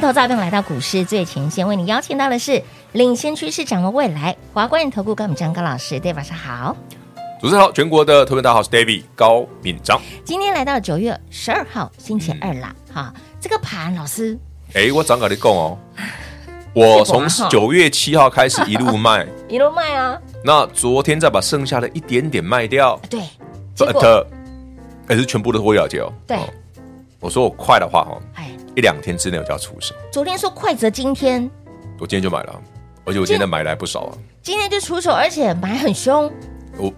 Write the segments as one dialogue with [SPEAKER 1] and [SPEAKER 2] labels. [SPEAKER 1] 投资朋友来到股市最前线，为你邀请到的是领先趋势、掌握未来华冠投顾高敏章高老师，大家晚上好。
[SPEAKER 2] 主持人好，全国的投资大家好，我是 David 高敏章。
[SPEAKER 1] 今天来到九月十二号星期二啦，哈、嗯，这个盘老师，
[SPEAKER 2] 哎、欸，我涨给你讲 哦，我从九月七号开始一路 卖，
[SPEAKER 1] 一路卖啊。
[SPEAKER 2] 那昨天再把剩下的一点点卖掉，
[SPEAKER 1] 对，
[SPEAKER 2] 结果也、欸、是全部都我了解呃哦。
[SPEAKER 1] 对、哦，
[SPEAKER 2] 我说我快的话哈、哦，哎。一两天之内我就要出手。
[SPEAKER 1] 昨天说快则今天，
[SPEAKER 2] 我今天就买了，而且我今天买来不少啊。
[SPEAKER 1] 今天就出手，而且买很凶。
[SPEAKER 2] 我，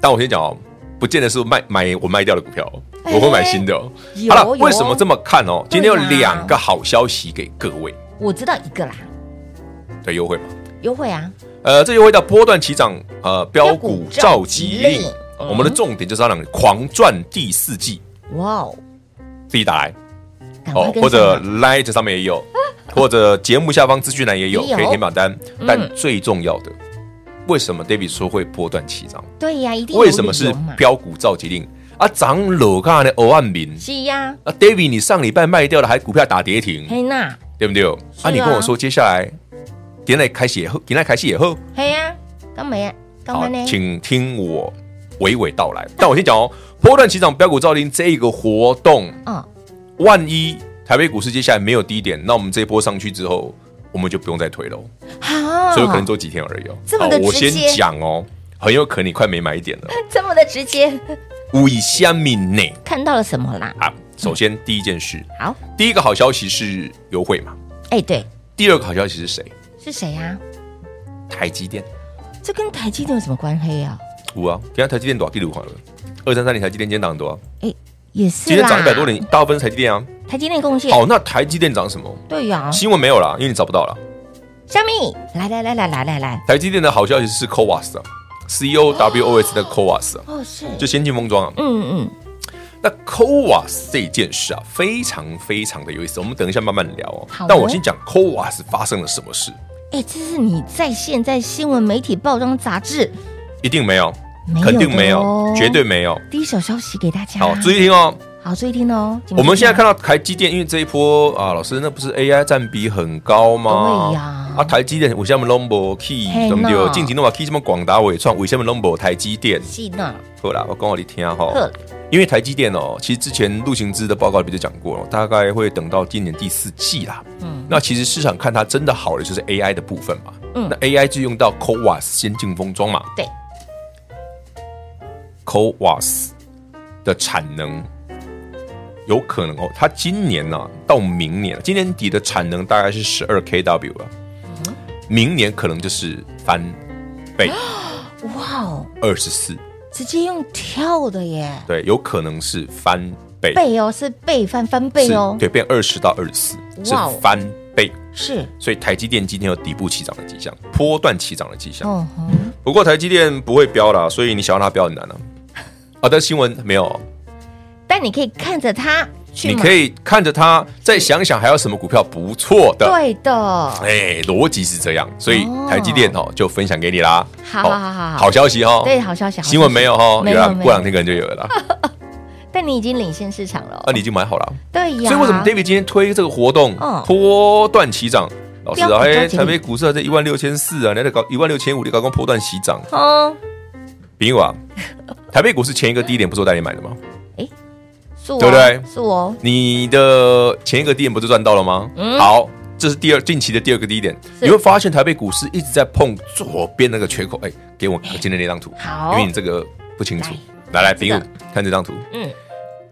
[SPEAKER 2] 但我先讲哦，不见得是卖买我卖掉的股票、哦欸，我会买新的哦。好了，为什么这么看哦？今天有两个好消息给各位。
[SPEAKER 1] 我知道一个啦，
[SPEAKER 2] 对，优惠嘛，
[SPEAKER 1] 优惠啊。
[SPEAKER 2] 呃，这优惠叫波段起涨，呃，标股召集令。嗯、我们的重点就是要让你狂赚第四季。哇哦，自己打来。
[SPEAKER 1] 哦，
[SPEAKER 2] 或者 Light 上面也 有，或者节目下方资讯栏也有，可以填表单、嗯。但最重要的，为什么 David 说会波段起涨？
[SPEAKER 1] 对呀、啊，一定。
[SPEAKER 2] 为什么是标股召集令啊？涨楼价的欧岸民
[SPEAKER 1] 是呀、
[SPEAKER 2] 啊。啊，David，你上礼拜卖掉了，还股票打跌停，
[SPEAKER 1] 嘿那，
[SPEAKER 2] 对不对？啊，啊你跟我说接下来点来开始以后，点来开始以后，
[SPEAKER 1] 嘿啊呀，干嘛呀？干嘛呢？
[SPEAKER 2] 请听我娓娓道来。但我先讲哦，波段起涨标股召令这一个活动，
[SPEAKER 1] 哦
[SPEAKER 2] 嗯。万一台北股市接下来没有低点，那我们这一波上去之后，我们就不用再推喽。
[SPEAKER 1] 好，
[SPEAKER 2] 所以可能做几天而已哦。
[SPEAKER 1] 啊这么的
[SPEAKER 2] 我先讲哦，很有可能你快没买点了。
[SPEAKER 1] 这么的直接。
[SPEAKER 2] 五以下面内
[SPEAKER 1] 看到了什么啦？
[SPEAKER 2] 啊，首先第一件事，
[SPEAKER 1] 好，
[SPEAKER 2] 第一个好消息是优惠嘛？
[SPEAKER 1] 哎，对。
[SPEAKER 2] 第二个好消息是谁？
[SPEAKER 1] 是谁呀？
[SPEAKER 2] 台积电。
[SPEAKER 1] 这跟台积电有什么关系啊？
[SPEAKER 2] 五啊，你看台积电多少？第六款了，二三三零台积电今天涨多少？
[SPEAKER 1] 哎。也是，
[SPEAKER 2] 今天涨一百多点，大部分是台积电啊。
[SPEAKER 1] 台积电贡献。
[SPEAKER 2] 哦，那台积电涨什么？
[SPEAKER 1] 对呀、啊，
[SPEAKER 2] 新闻没有啦，因为你找不到了。
[SPEAKER 1] 小米，来来来来来来来，
[SPEAKER 2] 台积电的好消息是 CoWAS 啊，COWOS 的 CoWAS 啊，
[SPEAKER 1] 哦是，
[SPEAKER 2] 就先进封装啊。
[SPEAKER 1] 嗯嗯。
[SPEAKER 2] 那 CoWAS 这件事啊，非常非常的有意思，我们等一下慢慢聊哦。但我先讲 CoWAS 发生了什么事。
[SPEAKER 1] 哎、欸，这是你在现在新闻媒体、报章、杂志
[SPEAKER 2] 一定没有。
[SPEAKER 1] 没有哦啊
[SPEAKER 2] 肯定没有，绝对没有。
[SPEAKER 1] 第一手消息给大家。
[SPEAKER 2] 好，注意听哦。
[SPEAKER 1] 好，注意听哦。
[SPEAKER 2] 我们现在看到台积电，因为这一波啊，老师那不是 AI 占比很高吗？
[SPEAKER 1] 对呀
[SPEAKER 2] 啊，台积电为什么 number key
[SPEAKER 1] 嘿
[SPEAKER 2] 对不对？
[SPEAKER 1] 喏
[SPEAKER 2] 近期那么 key 什么广达、伟创，为什么 number 台积电？
[SPEAKER 1] 是呢，
[SPEAKER 2] 好啦，我讲我你听哈
[SPEAKER 1] 好。
[SPEAKER 2] 因为台积电哦，其实之前陆行之的报告里面就讲过了，大概会等到今年第四季啦。
[SPEAKER 1] 嗯
[SPEAKER 2] 嗯，那其实市场看它真的好的就是 AI 的部分嘛。
[SPEAKER 1] 嗯
[SPEAKER 2] 嗯，那 AI 就用到 CoWAS 先进封装嘛。
[SPEAKER 1] 对
[SPEAKER 2] ，CoWAS 的产能有可能哦，它今年呢、到明年，今年底的产能大概是十二 kW 了，明年可能就是翻倍
[SPEAKER 1] 哇哦，
[SPEAKER 2] 二十四，
[SPEAKER 1] 直接用跳的耶，
[SPEAKER 2] 对，有可能是翻倍。
[SPEAKER 1] 倍哦，是倍翻翻倍哦
[SPEAKER 2] 是，对，变二十到二十四，是
[SPEAKER 1] 哇哦
[SPEAKER 2] 翻倍。
[SPEAKER 1] 是，
[SPEAKER 2] 所以台积电今天有底部起涨的迹象，波段起涨的迹象。
[SPEAKER 1] 哦哼，
[SPEAKER 2] 不过台积电不会飙啦，所以你想要它飙 很难啊。啊，但新闻没有，
[SPEAKER 1] 但你可以看着它去
[SPEAKER 2] 你
[SPEAKER 1] 买，
[SPEAKER 2] 可以看着它，再想想还有什么股票不错的。
[SPEAKER 1] 对的，
[SPEAKER 2] 哎，逻辑是这样，所以
[SPEAKER 1] 哦
[SPEAKER 2] 台积电哦就分享给你啦。
[SPEAKER 1] 好好好好好
[SPEAKER 2] 好消息哦。
[SPEAKER 1] 对，好消息，好消息
[SPEAKER 2] 新闻没有哈，
[SPEAKER 1] 没
[SPEAKER 2] 有
[SPEAKER 1] 有
[SPEAKER 2] 啦，
[SPEAKER 1] 没
[SPEAKER 2] 过两
[SPEAKER 1] 有，
[SPEAKER 2] 天可能就有了 啦。
[SPEAKER 1] 但你已经领先市场了
[SPEAKER 2] 啊，，你已经买好了啊。
[SPEAKER 1] 对呀，
[SPEAKER 2] 所以为什么 David 今天推这个活动
[SPEAKER 1] 嗯，
[SPEAKER 2] 波段起涨？老师
[SPEAKER 1] 标
[SPEAKER 2] 啊，
[SPEAKER 1] 股
[SPEAKER 2] 哎，
[SPEAKER 1] 标题
[SPEAKER 2] 台北股市还在一万六千四啊，你还在搞一万六千五，你搞讲波段起涨，
[SPEAKER 1] 哦，
[SPEAKER 2] 比 友啊，台北股市前一个低点不是我带你买的吗？
[SPEAKER 1] 是我，
[SPEAKER 2] 对不对
[SPEAKER 1] 是哦我，
[SPEAKER 2] 你的前一个低点不是赚到了吗？
[SPEAKER 1] 嗯
[SPEAKER 2] 好，这是第二近期的第二个低点，
[SPEAKER 1] 是
[SPEAKER 2] 你会发现台北股市一直在碰左边那个缺口。哎，给我今天那张图，
[SPEAKER 1] 好
[SPEAKER 2] 因为你这个不清楚。来来，比友
[SPEAKER 1] 这
[SPEAKER 2] 看这张图，
[SPEAKER 1] 嗯，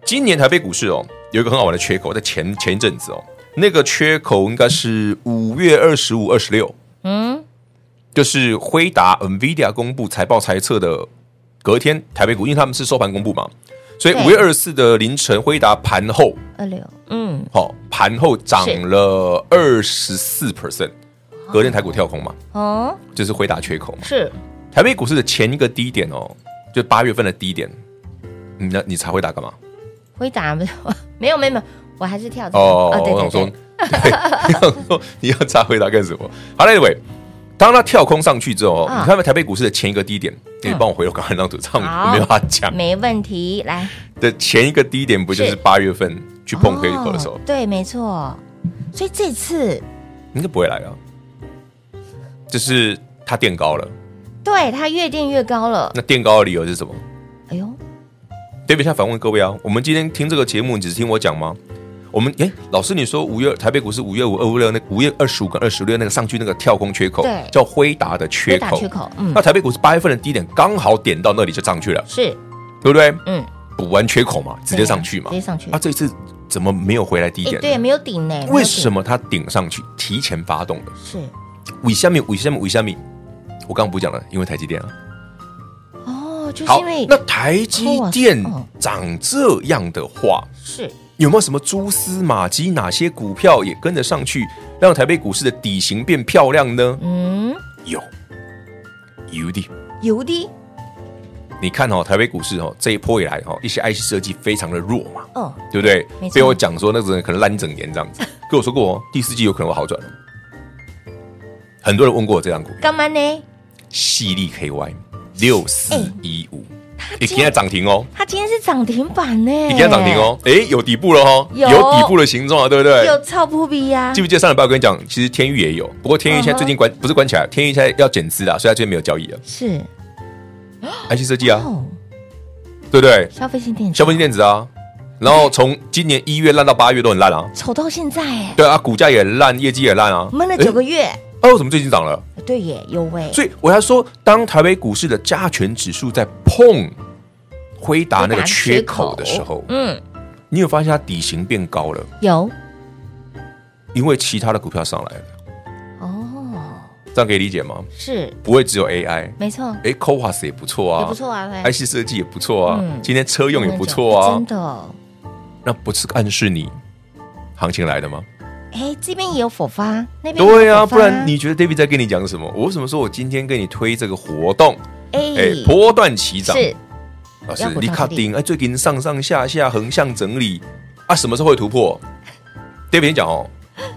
[SPEAKER 2] 今年台北股市哦，有一个很好玩的缺口，在前前一阵子哦，那个缺口应该是五月二十五、二十六，
[SPEAKER 1] 嗯，
[SPEAKER 2] 就是辉达 NVIDIA 公布财报猜测的隔天，台北股，因为他们是收盘公布嘛，所以
[SPEAKER 1] 对
[SPEAKER 2] 五月二十四的凌晨，辉达盘后，
[SPEAKER 1] 二六，嗯，
[SPEAKER 2] 哦，盘后涨了二十四 percent，隔天台股跳空嘛，
[SPEAKER 1] 哦，
[SPEAKER 2] 就是辉达缺口嘛。
[SPEAKER 1] 是
[SPEAKER 2] 台北股市的前一个低点哦，就八月份的低点，你那你查辉达干嘛？
[SPEAKER 1] 回答没有， 没有，没有，我还是跳着
[SPEAKER 2] 哦，
[SPEAKER 1] 啊对
[SPEAKER 2] 我
[SPEAKER 1] 对
[SPEAKER 2] 想说
[SPEAKER 1] 对，，
[SPEAKER 2] 对，我想说你要查回答干什么？好了，Anyway，当它跳空上去之后，哦
[SPEAKER 1] 嗯
[SPEAKER 2] 你看台北股市的前一个低点，你帮我回头刚才那张图，这样我没办法讲
[SPEAKER 1] 没问题，来
[SPEAKER 2] 的前一个低点，不就
[SPEAKER 1] 嗯
[SPEAKER 2] 是
[SPEAKER 1] 是
[SPEAKER 2] 八月份去碰黑口的时
[SPEAKER 1] 哦
[SPEAKER 2] 候，
[SPEAKER 1] 对，没错，所以这次
[SPEAKER 2] 应该不会来了，就是它垫高了。
[SPEAKER 1] 对它越定越高了，
[SPEAKER 2] 那垫高的理由是什么
[SPEAKER 1] 哎呦，
[SPEAKER 2] ？David 想反问各位啊，我们今天听这个节目，你只是听我讲吗？我们哎，老师，你说五月台北股市五月五、二五六那五月二十五跟二十六那个上去那个跳空缺口
[SPEAKER 1] 对，
[SPEAKER 2] 叫辉达的
[SPEAKER 1] 回
[SPEAKER 2] 缺
[SPEAKER 1] 答
[SPEAKER 2] 口，
[SPEAKER 1] 缺口，嗯
[SPEAKER 2] 那，台北股市八月份的低点刚好点到那里就上去了，
[SPEAKER 1] 是，
[SPEAKER 2] 对不对？
[SPEAKER 1] 嗯，啊
[SPEAKER 2] 补完缺口嘛，直接上去嘛
[SPEAKER 1] 直。接上去
[SPEAKER 2] 啊，，这一次怎么没有回来低
[SPEAKER 1] 哎，
[SPEAKER 2] 点？
[SPEAKER 1] 对，，没有顶呢，
[SPEAKER 2] 为什
[SPEAKER 1] 么？
[SPEAKER 2] 么它顶上去，提前发动的？
[SPEAKER 1] 是
[SPEAKER 2] 为下面，为下面，为下面。我刚刚不讲了，因为台积电啊。
[SPEAKER 1] 哦，就是
[SPEAKER 2] 好
[SPEAKER 1] 因为，
[SPEAKER 2] 那台积电
[SPEAKER 1] CoWoS，嗯
[SPEAKER 2] 长这样的话，
[SPEAKER 1] 是
[SPEAKER 2] 有没有什么蛛丝马迹？哪些股票也跟着上去，让台北股市的底型变漂亮呢？
[SPEAKER 1] 嗯，
[SPEAKER 2] 有，有的。
[SPEAKER 1] 油的，
[SPEAKER 2] 你看哦，台北股市哦，这一波以来哦，一些 IC 设计非常的弱嘛。
[SPEAKER 1] 哦，
[SPEAKER 2] 对不对
[SPEAKER 1] 没？错
[SPEAKER 2] 被我讲说那个人可能烂一整年这样 子，跟我说过哦，第四季有可能会好转哦。很多人问过我这张股票，
[SPEAKER 1] 干嘛呢？
[SPEAKER 2] 细粒 KY 六四一五，一
[SPEAKER 1] 哎今
[SPEAKER 2] 天在涨停哦，
[SPEAKER 1] 它今天是涨停板呢，
[SPEAKER 2] 一天在涨停，哦，哎，有底部了哦，
[SPEAKER 1] 有
[SPEAKER 2] 底部的形状了，啊对不对？
[SPEAKER 1] 有超哎扑比呀
[SPEAKER 2] 记，不记得上礼拜我跟你讲，其实天域也有，不过天域
[SPEAKER 1] 嗯
[SPEAKER 2] 现在最近关不是关起来，天域现在要减资啦，所以它最近没有交易了。
[SPEAKER 1] 是
[SPEAKER 2] IC 设计啊，
[SPEAKER 1] 哦，
[SPEAKER 2] 对不对？
[SPEAKER 1] 消费性电子，
[SPEAKER 2] 消费性电子啊，然后从今年一月烂到八月都很烂啊，
[SPEAKER 1] 丑到现在哎，
[SPEAKER 2] 对啊，股价也烂，业绩也烂啊，
[SPEAKER 1] 闷了九个
[SPEAKER 2] 诶，
[SPEAKER 1] 月，
[SPEAKER 2] 啊，为什么最近涨了？
[SPEAKER 1] 对耶，有喂，
[SPEAKER 2] 所以我要说，当台北股市的加权指数在碰辉达那个缺口的时候，
[SPEAKER 1] 嗯，
[SPEAKER 2] 你有发现它底型变高了，
[SPEAKER 1] 有
[SPEAKER 2] 因为其他的股票上来了，
[SPEAKER 1] 哦，
[SPEAKER 2] 这样可以理解吗？
[SPEAKER 1] 是
[SPEAKER 2] 不会只有 AI，
[SPEAKER 1] 没错，
[SPEAKER 2] 哎 c o w a s 也不错啊，
[SPEAKER 1] 也不错啊喂
[SPEAKER 2] IC 设计也不错啊，
[SPEAKER 1] 嗯
[SPEAKER 2] 今天车用也不错啊
[SPEAKER 1] 真，的。哦
[SPEAKER 2] 那不是暗示你行情来的吗？
[SPEAKER 1] 哎，这边也有火发，那边也有
[SPEAKER 2] 对啊，
[SPEAKER 1] 火发
[SPEAKER 2] 不然你觉得 David 在跟你讲什么？我为什么说我今天跟你推这个活动？哎
[SPEAKER 1] 哎，，
[SPEAKER 2] 波段起涨，
[SPEAKER 1] 是
[SPEAKER 2] 老师
[SPEAKER 1] 要，股
[SPEAKER 2] 你
[SPEAKER 1] 票
[SPEAKER 2] 卡
[SPEAKER 1] 定
[SPEAKER 2] 顶哎，最近上上下下横向整理啊，什么时候会突破？David 先讲哦，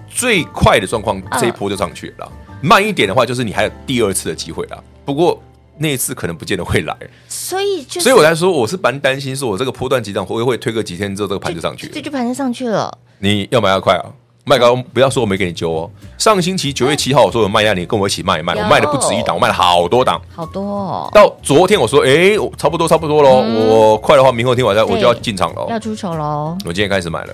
[SPEAKER 2] 最快的状况
[SPEAKER 1] 嗯
[SPEAKER 2] 这一波就上去了啦慢一点的话，就是你还有第二次的机会啦。不过那一次可能不见得会来，
[SPEAKER 1] 所以就是，
[SPEAKER 2] 所以我来说，我是蛮担心，说我这个波段起涨会不会推个几天之后，这个盘就上去了
[SPEAKER 1] 这就盘子上去了。
[SPEAKER 2] 你要买要快啊！卖高不要说我没给你揪哦。上星期九月七号我说有卖压，你跟我一起卖一卖，
[SPEAKER 1] 有
[SPEAKER 2] 我卖的不止一档，我卖了好多档。
[SPEAKER 1] 好多哦，
[SPEAKER 2] 到昨天我说，哎，我差不多差不多喽，我快的话，明后天晚
[SPEAKER 1] 嗯
[SPEAKER 2] 上
[SPEAKER 1] 对
[SPEAKER 2] 我就要进场了
[SPEAKER 1] 要
[SPEAKER 2] 哦。
[SPEAKER 1] 出手喽！
[SPEAKER 2] 我今天开始买了，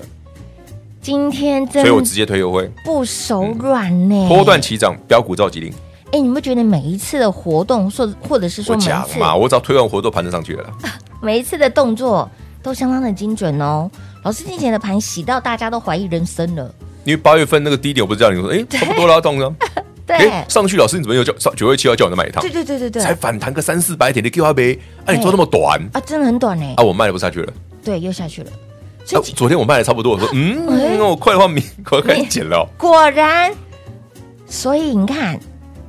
[SPEAKER 1] 今天真
[SPEAKER 2] 所以我直接推优惠，
[SPEAKER 1] 不手软呢、
[SPEAKER 2] 波段起涨，标股照吉林。
[SPEAKER 1] 哎、你们觉得每一次的活动，或或者是说
[SPEAKER 2] 我
[SPEAKER 1] 每一
[SPEAKER 2] 讲
[SPEAKER 1] 次
[SPEAKER 2] 嘛，我只要推完活动盘子上去了啦。
[SPEAKER 1] 每一次的动作都相当的精准哦。老师今天的盘洗到大家都怀疑人生了，
[SPEAKER 2] 因为八月份那个低点，我不是叫你说，哎，差不多啦，动了。
[SPEAKER 1] 对，
[SPEAKER 2] 哎，上去老师你怎么又叫上九月七号叫我再买一趟
[SPEAKER 1] 对？对对对对，
[SPEAKER 2] 才反弹个三四百点，你给我呗？哎，你做那么短
[SPEAKER 1] 啊，真的很短呢、
[SPEAKER 2] 啊，我卖的不下去了。
[SPEAKER 1] 对，又下去了，所
[SPEAKER 2] 啊
[SPEAKER 1] 以、
[SPEAKER 2] 昨天我卖的差不多，我说嗯，
[SPEAKER 1] 哎
[SPEAKER 2] 那我快的话明快 开始减了哦。
[SPEAKER 1] 果然，所以你看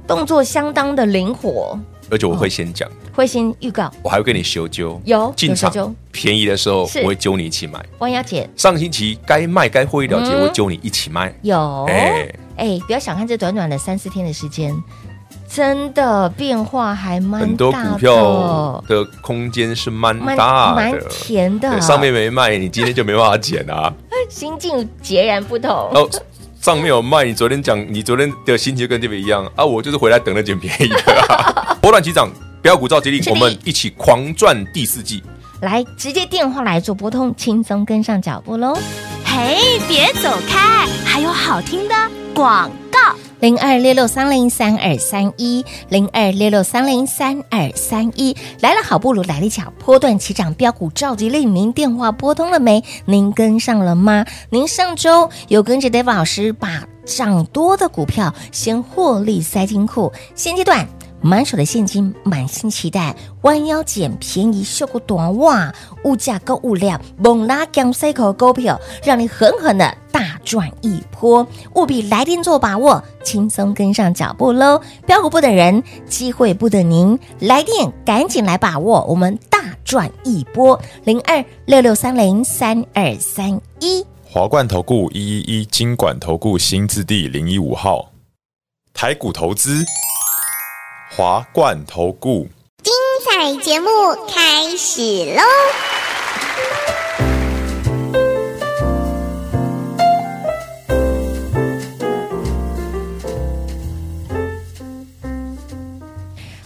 [SPEAKER 1] 动作相当的灵活，
[SPEAKER 2] 而且我会先讲，
[SPEAKER 1] 会先预告
[SPEAKER 2] 我还会跟你修纠，
[SPEAKER 1] 有
[SPEAKER 2] 进
[SPEAKER 1] 有修纠
[SPEAKER 2] 场便宜的时候
[SPEAKER 1] 是，
[SPEAKER 2] 我会揪你一起买。
[SPEAKER 1] 弯腰姐
[SPEAKER 2] 上星期该卖该获利了结，
[SPEAKER 1] 嗯
[SPEAKER 2] 我揪你一起卖。
[SPEAKER 1] 有，哎、
[SPEAKER 2] 哎
[SPEAKER 1] 不要小看这短短的三四天的时间，真的变化还蛮
[SPEAKER 2] 很
[SPEAKER 1] 嗯
[SPEAKER 2] 多
[SPEAKER 1] 大
[SPEAKER 2] 股
[SPEAKER 1] 的
[SPEAKER 2] 票的空间是蛮
[SPEAKER 1] 蛮
[SPEAKER 2] 大
[SPEAKER 1] 蛮
[SPEAKER 2] 的，
[SPEAKER 1] 甜的，
[SPEAKER 2] 对，上面没卖，你今天就没办法减 啊。
[SPEAKER 1] 心境截然不同。
[SPEAKER 2] 然后上面有卖，你昨天讲，你昨天的心情就跟这边一样啊，我就是回来等着捡便宜的、 啊。波段起涨，标股照吉利，
[SPEAKER 1] 是的
[SPEAKER 2] 我们一起狂赚第四季。
[SPEAKER 1] 来，直接电话来做拨通，轻松跟上脚步喽。
[SPEAKER 3] 嘿，别走开，还有好听的广告。
[SPEAKER 1] 零二六六三零三二三一，零二六六三零三二三一，来了好不如来了巧，波段起涨标股召集令，您电话拨通了没？您跟上了吗？您上周有跟着 David 老师把涨多的股票先获利塞金库，现阶段。满手的现金，满心期待，弯腰捡便宜，秀个短袜，物价购物量猛拉江塞口股票，让你狠狠的大赚一波，务必来电做把握，轻松跟上脚步喽！标股不等人，机会不等您，来电赶紧来把握，我们大赚一波，零二六六三零三二三一。
[SPEAKER 4] 华冠投顾一一一金管投顾新字第零一五号，台股投资，华冠投顾。
[SPEAKER 5] 彩节目开始喽！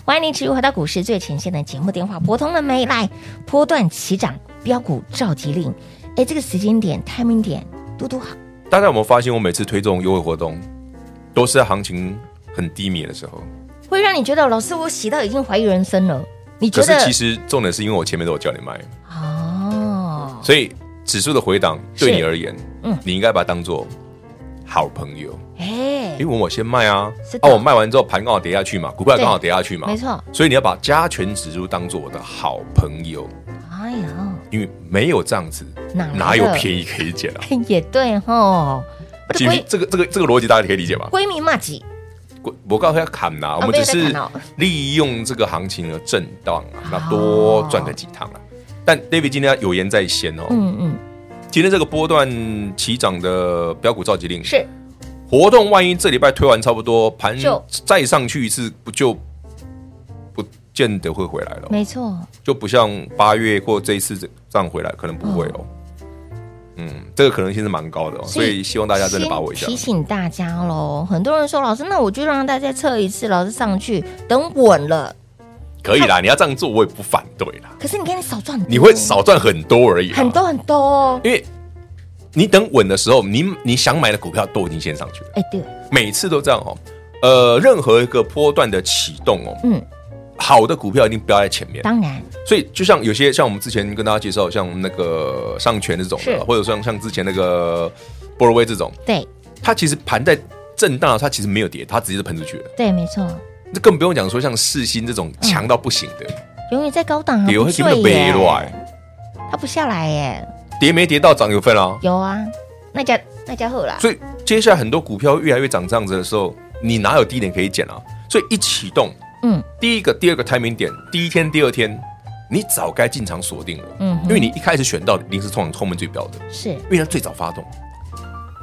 [SPEAKER 1] 欢迎你持续回到股市最前线的节目，电话拨通了没？来，波段起涨，标股召集令。哎，这个时间点、timing 点，嘟嘟好。
[SPEAKER 2] 大家有没有发现，我每次推这种优惠活动，都是在行情很低迷的时候。
[SPEAKER 1] 会让你觉得老师我洗到已经怀疑人生了。你觉
[SPEAKER 2] 可
[SPEAKER 1] 得？
[SPEAKER 2] 是其实重点是因为我前面都有叫你卖，
[SPEAKER 1] 哦，
[SPEAKER 2] 所以指数的回档对
[SPEAKER 1] 是
[SPEAKER 2] 你而言，
[SPEAKER 1] 嗯
[SPEAKER 2] 你应该把它当做好朋友。
[SPEAKER 1] 哎
[SPEAKER 2] 因为，我先卖啊
[SPEAKER 1] 是，的
[SPEAKER 2] 啊，我卖完之后盘刚好跌下去嘛，股票刚好跌下去嘛，
[SPEAKER 1] 没错。
[SPEAKER 2] 所以你要把加权指数当做我的好朋友，
[SPEAKER 1] 哎呀，
[SPEAKER 2] 因为没有这样子，
[SPEAKER 1] 哪来的
[SPEAKER 2] 哪有便宜可以捡啊？
[SPEAKER 1] 也对吼，不是
[SPEAKER 2] 其实
[SPEAKER 1] 闺
[SPEAKER 2] 这个这个这个逻辑大家可以理解吧？
[SPEAKER 1] 闺蜜骂几？
[SPEAKER 2] 我我告诉他砍啊啦，我们
[SPEAKER 1] 没有
[SPEAKER 2] 只
[SPEAKER 1] 在
[SPEAKER 2] 是
[SPEAKER 1] 砍哦
[SPEAKER 2] 利用这个行情的震荡啊，那多赚个几趟啊。但 David 今天有言在先哦，
[SPEAKER 1] 嗯嗯，
[SPEAKER 2] 今天这个波段起涨的标股召集令
[SPEAKER 1] 是
[SPEAKER 2] 活动，万一这礼拜推完差不多，盘
[SPEAKER 1] 就
[SPEAKER 2] 再上去一次，不就不见得会回来了？
[SPEAKER 1] 没错，
[SPEAKER 2] 就不像八月或这一次这样回来，可能不会哦。嗯，这个可能性是蛮高的、哦，所以希望大家真的把握一下
[SPEAKER 1] 先。提醒大家喽，很多人说老师，那我就让大家测一次，老师上去等稳了。
[SPEAKER 2] 可以啦，你要这样做，我也不反对啦。
[SPEAKER 1] 可是你看你少赚很多，嗯
[SPEAKER 2] 你会少赚很多而已、啊
[SPEAKER 1] 很，多很多哦。
[SPEAKER 2] 因为你等稳的时候，你你想买的股票都已经先上去了，
[SPEAKER 1] 哎，对，
[SPEAKER 2] 每次都这样哦。呃，任何一个波段的启动哦，
[SPEAKER 1] 嗯，
[SPEAKER 2] 好的股票一定标在前面。
[SPEAKER 1] 当然
[SPEAKER 2] 所以就像有些像我们之前跟大家介绍，像那个上权这种
[SPEAKER 1] 是
[SPEAKER 2] 的，或者像像之前那个波罗威这种，
[SPEAKER 1] 对
[SPEAKER 2] 它其实盘在震荡的时候，它其实没有跌，它直接就喷出去了。
[SPEAKER 1] 对，没错，
[SPEAKER 2] 这更不用讲说像世新这种强到不行的，
[SPEAKER 1] 永远在高档啊，
[SPEAKER 2] 跌
[SPEAKER 1] 不
[SPEAKER 2] 会根本
[SPEAKER 1] 坠
[SPEAKER 2] 就没
[SPEAKER 1] 耶，
[SPEAKER 2] 来，
[SPEAKER 1] 它不下来耶。
[SPEAKER 2] 跌没跌到涨有份啊。
[SPEAKER 1] 有啊，那家那家后啦，
[SPEAKER 2] 所以接下来很多股票越来越涨这样子的时候，你哪有低点可以捡啊？所以一启动，
[SPEAKER 1] 嗯，
[SPEAKER 2] 第一个、第二个 timing 点，第一天、第二天，你早该进场锁定了，
[SPEAKER 1] 嗯哼
[SPEAKER 2] 因为你一开始选到的一定是通常后面最标的，
[SPEAKER 1] 是
[SPEAKER 2] 因为它最早发动，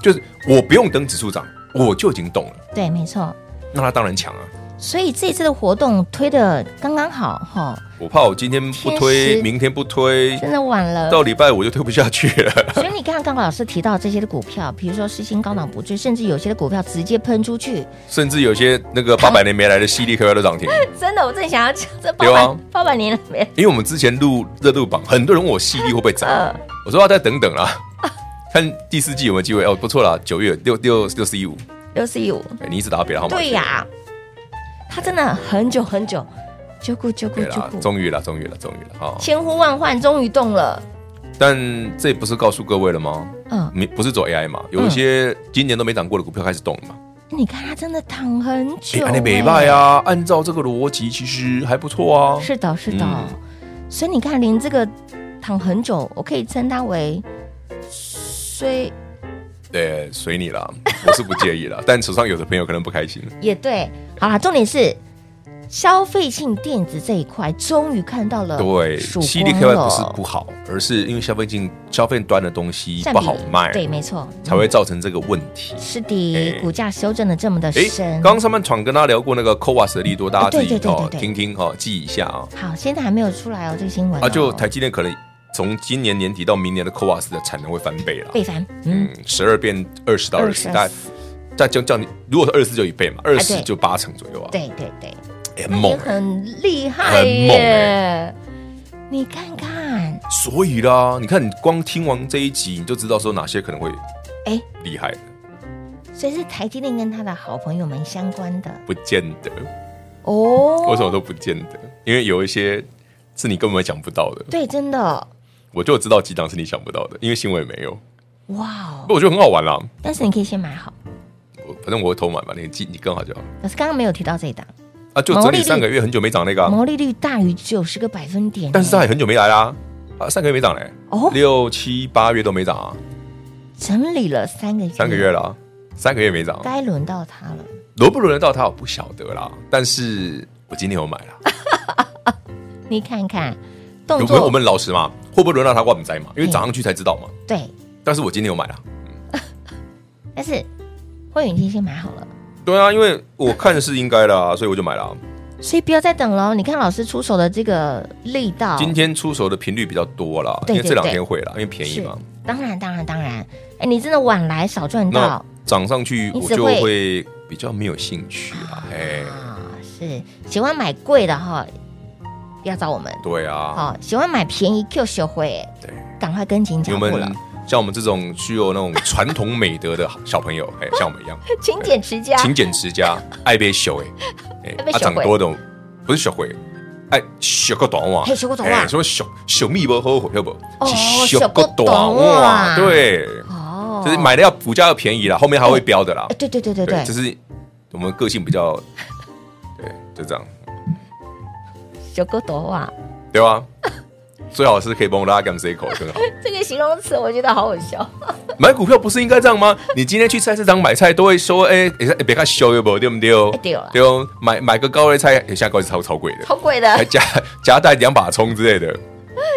[SPEAKER 2] 就是我不用等指数涨，我就已经动了，
[SPEAKER 1] 对，没错，
[SPEAKER 2] 那它当然强啊。
[SPEAKER 1] 所以这次的活动推的刚刚好哈，
[SPEAKER 2] 我怕我今天不
[SPEAKER 1] 天
[SPEAKER 2] 推，
[SPEAKER 1] 时
[SPEAKER 2] 明天不推，
[SPEAKER 1] 真的晚了。
[SPEAKER 2] 到礼拜五就推不下去了。
[SPEAKER 1] 所以你看，刚刚老师提到这些的股票，比如说世新高档不追，甚至有些的股票直接喷出去。
[SPEAKER 2] 甚至有些 那个八百年没来的犀利 KY 都涨停，
[SPEAKER 1] 真的，我正想要讲这八
[SPEAKER 2] 对啊
[SPEAKER 1] 百八百年了没？
[SPEAKER 2] 因为我们之前录热度榜，很多人问我犀利会不会 涨
[SPEAKER 1] 嗯，
[SPEAKER 2] 我说要再等等啦，看第四季有没有机会。哦，不错啦，九月六六六四一五，
[SPEAKER 1] 六四一五，
[SPEAKER 2] 哎你一直打别的号码去，
[SPEAKER 1] 对呀、他真的很久很久，九股九股
[SPEAKER 2] 对
[SPEAKER 1] 九
[SPEAKER 2] 啦，
[SPEAKER 1] 股，
[SPEAKER 2] 终于啦，终于啦，终于啦哈！
[SPEAKER 1] 千呼万唤终于动了。
[SPEAKER 2] 但这不是告诉各位了吗？
[SPEAKER 1] 嗯，
[SPEAKER 2] 没不是走 AI 嘛，有一些今年都没涨过的股票开始动了嘛。
[SPEAKER 1] 你看他真的躺很久、
[SPEAKER 2] 哎，
[SPEAKER 1] 欸，
[SPEAKER 2] 安利美拜啊，按照这个逻辑，其实还不错啊。
[SPEAKER 1] 是的，是的。
[SPEAKER 2] 嗯
[SPEAKER 1] 所以你看，连这个躺很久，我可以称它为虽
[SPEAKER 2] 对，随你啦， 我是不介意啦。但手上有的朋友可能不开心。
[SPEAKER 1] 也对。好啦，重点是消费性电子这一块，终于看到了
[SPEAKER 2] 对
[SPEAKER 1] 呃曙
[SPEAKER 2] ，CDKY
[SPEAKER 1] 光了
[SPEAKER 2] 不是不好，而是因为消费性消费端的东西
[SPEAKER 1] 占
[SPEAKER 2] 不
[SPEAKER 1] 比
[SPEAKER 2] 好卖，
[SPEAKER 1] 对，没错，嗯
[SPEAKER 2] 才会造成这个问题。
[SPEAKER 1] 是的，
[SPEAKER 2] 哎
[SPEAKER 1] 股价修正的这么的
[SPEAKER 2] 诶，
[SPEAKER 1] 深。
[SPEAKER 2] 刚刚上半场跟大家聊过那个 COAS 的利多，大家
[SPEAKER 1] 对
[SPEAKER 2] 自己
[SPEAKER 1] 对对
[SPEAKER 2] 哦
[SPEAKER 1] 对对
[SPEAKER 2] 听听哦，记一下啊。
[SPEAKER 1] 好，现在还没有出来哦，这个新闻哦、
[SPEAKER 2] 啊，就台积电可能从今年年底到明年的 COAS 的产能会翻倍了，
[SPEAKER 1] 被翻，嗯
[SPEAKER 2] 嗯，，十二变二十到二十，
[SPEAKER 1] 20
[SPEAKER 2] 大概大概就叫你，如果是二十就一倍嘛，二
[SPEAKER 1] 啊
[SPEAKER 2] 十
[SPEAKER 1] 对
[SPEAKER 2] 就八成左右啊，
[SPEAKER 1] 对对对，
[SPEAKER 2] 诶，很
[SPEAKER 1] 那
[SPEAKER 2] 猛
[SPEAKER 1] 也
[SPEAKER 2] 欸。
[SPEAKER 1] 很厉害
[SPEAKER 2] 很猛
[SPEAKER 1] 耶！你看看，
[SPEAKER 2] 所以啦，你看你光听完这一集，你就知道说哪些可能会
[SPEAKER 1] 哎
[SPEAKER 2] 厉害了，
[SPEAKER 1] 所以是台积电跟他的好朋友们相关的
[SPEAKER 2] 不见得。
[SPEAKER 1] 哦。
[SPEAKER 2] 为什么都不见得？因为有一些是你根本想不到的，
[SPEAKER 1] 对，真的，
[SPEAKER 2] 我就知道几档是你想不到的，因为新闻也没有。
[SPEAKER 1] 哇哦！
[SPEAKER 2] 不，我觉得很好玩啦，
[SPEAKER 1] 但是你可以先买好，
[SPEAKER 2] 我反正我会偷买嘛，你记你更好就好
[SPEAKER 1] 可是刚刚没有提到这一档，
[SPEAKER 2] 啊。就整理三个月很久没涨那个、啊，
[SPEAKER 1] 毛利率大于九十个百分点耶，
[SPEAKER 2] 但是它也很久没来啦，啊，三个月没涨嘞、
[SPEAKER 1] 哦
[SPEAKER 2] 六七八月都没涨啊，
[SPEAKER 1] 整理了三个月，
[SPEAKER 2] 三个月，了啊，三个月没涨，
[SPEAKER 1] 该轮到他了。
[SPEAKER 2] 轮不轮得到它我不晓得啦，但是我今天有买啦。
[SPEAKER 1] 你看看动
[SPEAKER 2] 我们
[SPEAKER 1] 作，
[SPEAKER 2] 我们老实嘛，会不会轮到它我们在嘛？因为涨上去才知道嘛。
[SPEAKER 1] 对，
[SPEAKER 2] 但是我今天有买啦。
[SPEAKER 1] 但是慧远已经先买好了。
[SPEAKER 2] 对啊，因为我看是应该的啊，所以我就买了啊、
[SPEAKER 1] 所以不要再等了哦。你看老师出手的这个力道，
[SPEAKER 2] 今天出手的频率比较多啦，
[SPEAKER 1] 对
[SPEAKER 2] 因为
[SPEAKER 1] 对
[SPEAKER 2] 这两
[SPEAKER 1] 对
[SPEAKER 2] 天会啦，因为便宜
[SPEAKER 1] 是
[SPEAKER 2] 嘛。
[SPEAKER 1] 当然当然当然，哎，你真的晚来少赚
[SPEAKER 2] 那
[SPEAKER 1] 到
[SPEAKER 2] 涨上去
[SPEAKER 1] 你
[SPEAKER 2] 我
[SPEAKER 1] 只
[SPEAKER 2] 就
[SPEAKER 1] 会
[SPEAKER 2] 会比较没有兴趣啦。哎，
[SPEAKER 1] 啊！是喜欢买贵的哈，不要找我们。
[SPEAKER 2] 对啊，
[SPEAKER 1] 好，喜欢买便宜 Q 学会，
[SPEAKER 2] 对，
[SPEAKER 1] 赶快跟紧
[SPEAKER 2] 因为
[SPEAKER 1] 脚
[SPEAKER 2] 我
[SPEAKER 1] 步
[SPEAKER 2] 们
[SPEAKER 1] 了，
[SPEAKER 2] 像我们这种具有那种传统美德的小朋友，哎，像我们一样，
[SPEAKER 1] 勤俭持家。
[SPEAKER 2] 勤俭 持家，爱被秀哎，
[SPEAKER 1] 爱
[SPEAKER 2] 哎
[SPEAKER 1] 被，小
[SPEAKER 2] 啊，长
[SPEAKER 1] 鬼
[SPEAKER 2] 多的不是小鬼，哎，小个短袜
[SPEAKER 1] 嘿，小个短袜
[SPEAKER 2] 哎说小小蜜不后悔，要不？
[SPEAKER 1] 哦
[SPEAKER 2] 是
[SPEAKER 1] 小个短袜
[SPEAKER 2] 对，
[SPEAKER 1] 哦
[SPEAKER 2] 就是买的要股价要便宜啦，后面还会标的啦
[SPEAKER 1] 哎，。对对对对对
[SPEAKER 2] 就，是我们个性比较，对，就这样，
[SPEAKER 1] 小狗朵袜
[SPEAKER 2] 对吧？最好是可以帮我拉干这一口更 好。
[SPEAKER 1] 这个形容词，我觉得好好 笑。
[SPEAKER 2] 买股票不是应该这样吗？你今天去菜市场买菜都会说，哎、哎别看小有不对不对？
[SPEAKER 1] 哎对啦
[SPEAKER 2] 对哦，买买个高丽菜，哎现在高丽菜超超贵的，
[SPEAKER 1] 超贵的
[SPEAKER 2] 还，夹夹带两把葱之类的。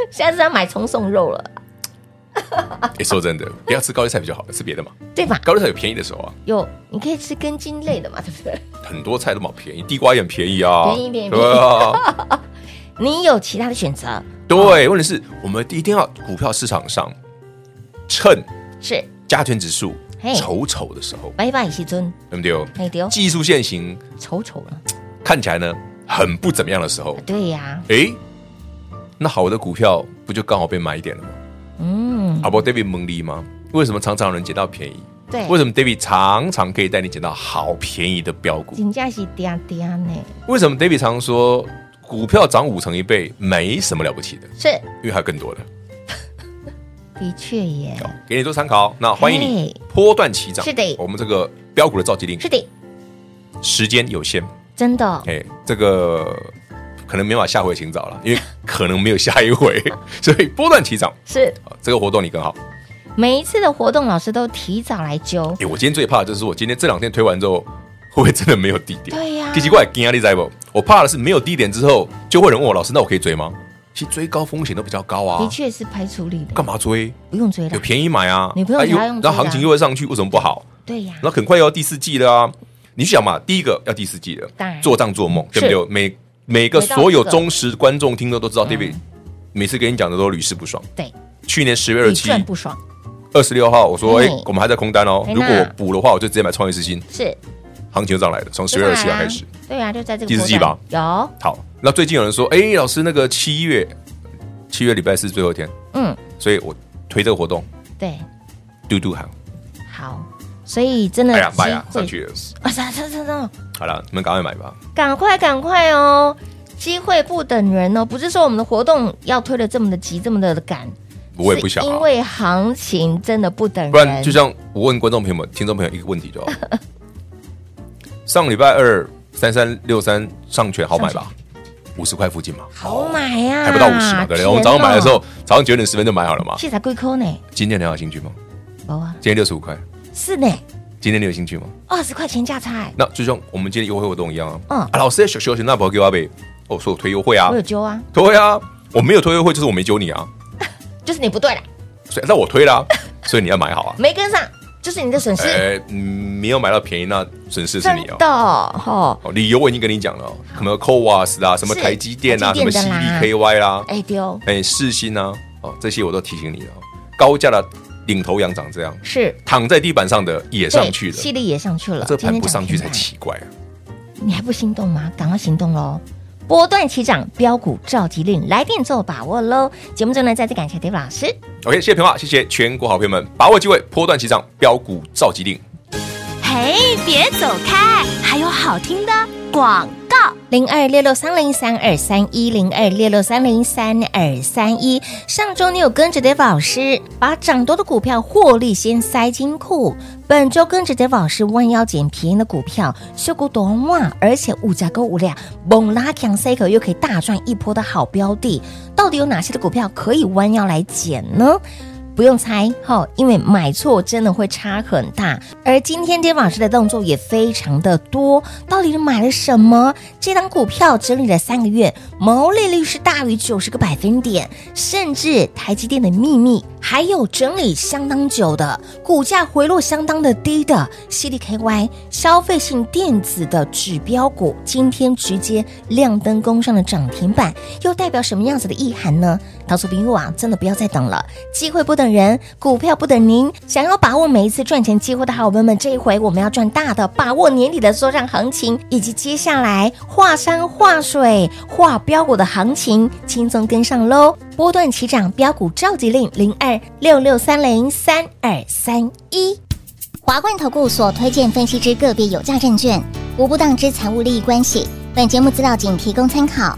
[SPEAKER 1] 下次要买葱送肉了，
[SPEAKER 2] 哎、说真的，不要吃高丽菜比较好，吃别的嘛。
[SPEAKER 1] 对吧？
[SPEAKER 2] 高丽菜有便宜的时候啊，
[SPEAKER 1] 有，你可以吃根茎类的嘛，对不 对？
[SPEAKER 2] 很多菜都蛮便宜，地瓜也很便宜啊，
[SPEAKER 1] 便宜便宜
[SPEAKER 2] 对啊。
[SPEAKER 1] 你有其他的选择
[SPEAKER 2] 对，问题是我们一定要股票市场上趁
[SPEAKER 1] 是？
[SPEAKER 2] 加权指数
[SPEAKER 1] 嘿
[SPEAKER 2] 丑丑的时候，
[SPEAKER 1] 拜拜，西尊，
[SPEAKER 2] 对不对？
[SPEAKER 1] 嘿哦丢，
[SPEAKER 2] 技术线型
[SPEAKER 1] 丑丑了。
[SPEAKER 2] 看起来呢很不怎么样的时候，
[SPEAKER 1] 对呀、
[SPEAKER 2] 诶，那好的股票不就刚好被买一点了吗？啊
[SPEAKER 1] 嗯，
[SPEAKER 2] 好不好，David 蒙利吗？为什么常常能捡到便宜？
[SPEAKER 1] 对，
[SPEAKER 2] 为什么 David 常常可以带你捡到好便宜的标股？
[SPEAKER 1] 金价是嗲嗲呢？
[SPEAKER 2] 为什么 David 常说股票涨五成一倍没什么了不起的？
[SPEAKER 1] 是，
[SPEAKER 2] 因为还有更多的，
[SPEAKER 1] 的确耶，
[SPEAKER 2] 给你做参考。那欢迎你
[SPEAKER 1] 嘿
[SPEAKER 2] 波段起涨，
[SPEAKER 1] 是的
[SPEAKER 2] 我们这个标股的召集令
[SPEAKER 1] 是，的，
[SPEAKER 2] 时间有限，
[SPEAKER 1] 真的
[SPEAKER 2] 哎、这个可能没办法下回请早了，因为可能没有下 一回，所以波段起涨
[SPEAKER 1] 是
[SPEAKER 2] 啊，这个活动你更好。
[SPEAKER 1] 每一次的活动，老师都提早来揪
[SPEAKER 2] 哎、。我今天最怕的就是我今天这两天推完之后，会不会真的没有低点？
[SPEAKER 1] 对呀
[SPEAKER 2] 奇奇怪怪，惊你在不？我怕的是没有低点之后，就会有人问我老师，那我可以追吗？其实追高风险都比较高
[SPEAKER 1] 的
[SPEAKER 2] 啊，
[SPEAKER 1] 确是排除力的
[SPEAKER 2] 干，嘛追？
[SPEAKER 1] 不用追
[SPEAKER 2] 有
[SPEAKER 1] 了。
[SPEAKER 2] 便宜买啊，
[SPEAKER 1] 你不用
[SPEAKER 2] 哎呦
[SPEAKER 1] 还要用追的啊
[SPEAKER 2] 然后行情又会上去，为什么不好？
[SPEAKER 1] 对呀、
[SPEAKER 2] 然后很快又要第四季了啊，你去想嘛，第一个要第四季了
[SPEAKER 1] 当然，
[SPEAKER 2] 做账做梦，对不对？每每个嗯
[SPEAKER 1] 每到
[SPEAKER 2] 所有
[SPEAKER 1] 这个
[SPEAKER 2] 忠实观众听都都知道，David 每次跟你讲的都屡试不爽。
[SPEAKER 1] 对，
[SPEAKER 2] 去年十月二
[SPEAKER 1] 屡
[SPEAKER 2] 十七、
[SPEAKER 1] 赚不爽，
[SPEAKER 2] 二十六号，我说，哎
[SPEAKER 1] 嗯，
[SPEAKER 2] 我们还在空单哦。
[SPEAKER 1] 哎
[SPEAKER 2] 如果
[SPEAKER 1] 那
[SPEAKER 2] 我补的话，我就直接买创业之星，
[SPEAKER 1] 是
[SPEAKER 2] 行情就上来了，从十月二十七号开始。，
[SPEAKER 1] 对啊，就在这个
[SPEAKER 2] 第四季
[SPEAKER 1] 阶段有，
[SPEAKER 2] 好，那最近有人说，哎，老师，那个七月，七月礼拜四最后一天，
[SPEAKER 1] 嗯，
[SPEAKER 2] 所以我推这个活动，
[SPEAKER 1] 对，
[SPEAKER 2] 嘟嘟喊，
[SPEAKER 1] 好，所以真的
[SPEAKER 2] 哎呀
[SPEAKER 1] 机
[SPEAKER 2] 妈呀，
[SPEAKER 1] 会
[SPEAKER 2] 上去了。
[SPEAKER 1] 啊，上上上上，
[SPEAKER 2] 好了，你们赶快买吧。
[SPEAKER 1] 赶快赶快哦！机会不等人哦，不是说我们的活动要推的这么的急，这么的赶，
[SPEAKER 2] 我也不想
[SPEAKER 1] 是
[SPEAKER 2] 啊
[SPEAKER 1] 因为行情真的不等人，
[SPEAKER 2] 不然就像我问观众朋友们、听众朋友一个问题就 好。上礼拜二三三六三上权好买吧？五十块附近嘛，
[SPEAKER 1] 好买呀、啊，
[SPEAKER 2] 还不到五十嘛，对
[SPEAKER 1] 天
[SPEAKER 2] 不对？
[SPEAKER 1] 哪
[SPEAKER 2] 我们早上买的时，候，早上九点十分就买好了嘛。
[SPEAKER 1] 现在贵扣呢，
[SPEAKER 2] 今天你还有兴趣吗？
[SPEAKER 1] 有啊，
[SPEAKER 2] 今天六十五块，
[SPEAKER 1] 是呢，
[SPEAKER 2] 今天你有兴趣吗？
[SPEAKER 1] 二十块钱价差、哎
[SPEAKER 2] 那就像我们今天优惠活动一样啊。
[SPEAKER 1] 嗯
[SPEAKER 2] 啊，老师在小休息，那不要给我呗。哦，说我推优惠啊
[SPEAKER 1] 我，有揪啊，
[SPEAKER 2] 对啊，我没有推优惠，就是我没揪你啊，
[SPEAKER 1] 就是你不对了，
[SPEAKER 2] 所以那我推啦，所以你要买好啊。
[SPEAKER 1] 没跟上，就是你的损失，
[SPEAKER 2] 哎，嗯没有买到便宜，那损失是
[SPEAKER 1] 真
[SPEAKER 2] 你哦
[SPEAKER 1] 的。哦，
[SPEAKER 2] 哦，理由我已经跟你讲了哦，什么 c o w a s 啦，什么
[SPEAKER 1] 是
[SPEAKER 2] 台积电啊，
[SPEAKER 1] 台积电
[SPEAKER 2] 什么
[SPEAKER 1] 的
[SPEAKER 2] CDKY 啦，
[SPEAKER 1] 哎丢，
[SPEAKER 2] 哎，世新啊，哦，这些我都提醒你了哦。高价的领头羊长这样，
[SPEAKER 1] 是
[SPEAKER 2] 躺在地板上的也上去了
[SPEAKER 1] 对，犀利也上去了，
[SPEAKER 2] 这盘不上去
[SPEAKER 1] 今天
[SPEAKER 2] 才
[SPEAKER 1] 涨停板
[SPEAKER 2] 奇怪啊。
[SPEAKER 1] 你还不行动吗？赶快行动喽！波段起涨，标股召集令，来电做把握喽！节目中呢，再次感谢 David 老师。
[SPEAKER 2] OK，谢谢平话，谢谢全国好朋友们，把握机会，波段起涨，标股召集令。
[SPEAKER 3] 嘿，别走开，还有好听的广告。
[SPEAKER 1] 零二六六三零三二三一零二六六三零三二三一。上周你有跟着 Dave 老师把涨多的股票获利先塞金库，本周跟着 Dave 老师弯腰捡便宜的股票，修股短袜，而且五价购物量猛拉强 C 口又可以大赚一波的好标的，到底有哪些的股票可以弯腰来捡呢？不用猜哈、因为买错真的会差很大。而今天 d a 老师的动作也非常的多，到底是买了什么？这档股票整理了三个月，毛利率是大于九十个百分点，甚至台积电的秘密，还有整理相当久的，股价回落相当的低的 CDKY 消费性电子的指标股，今天直接亮灯攻上了涨停板，又代表什么样子的意涵呢？桃树冰友啊，真的不要再等了，机会不等人，股票不等您。想要把握每一次赚钱机会的好伙伴们，这一回我们要赚大的，把握年底的缩涨行情，以及接下来画山画水、画标股的行情，轻松跟上喽！波段起涨标股召集令零二六六三零三二三一。
[SPEAKER 5] 华冠投顾所推荐分析之个别有价证券，无不当之财务利益关系。本节目资料仅提供参考，